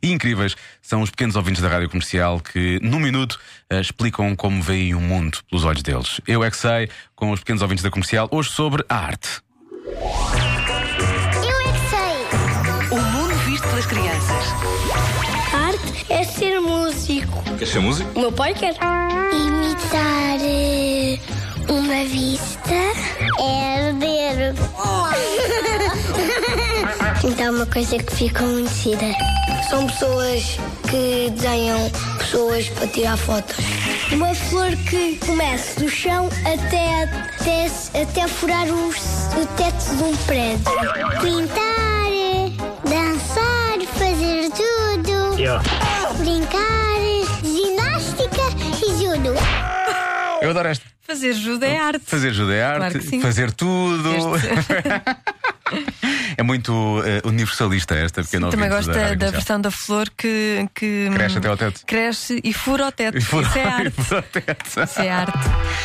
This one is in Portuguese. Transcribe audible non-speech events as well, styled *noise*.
e incríveis são os pequenos ouvintes da rádio comercial que, num minuto, eh, explicam como veem o mundo pelos olhos deles. Eu é que sei, com os pequenos ouvintes da comercial, hoje sobre a arte. Eu é que sei! O mundo visto pelas crianças. Arte é ser músico. Queres ser músico? O meu pai quer. Imitar eh, uma vista. É ver. Então, uma coisa que fica muito gira. São pessoas que desenham pessoas para tirar fotos. Uma flor que começa do chão até, até, até furar os- o teto de um prédio. Pintar, eh, dançar, fazer tudo. Brincar, ginástica e judo. Eu adoro esta. Fazer judo é arte. Fazer judo é Claro arte, que sim. fazer tudo. *laughs* é muito eh, universalista esta pequena Também ouvinte da, gosto da, rádio da comercial. versão da flor que, que, é Cresce hum, até ao teto. Cresce e fura o teto. *laughs* E furou- Isso é e arte. furou o teto. Isso é arte.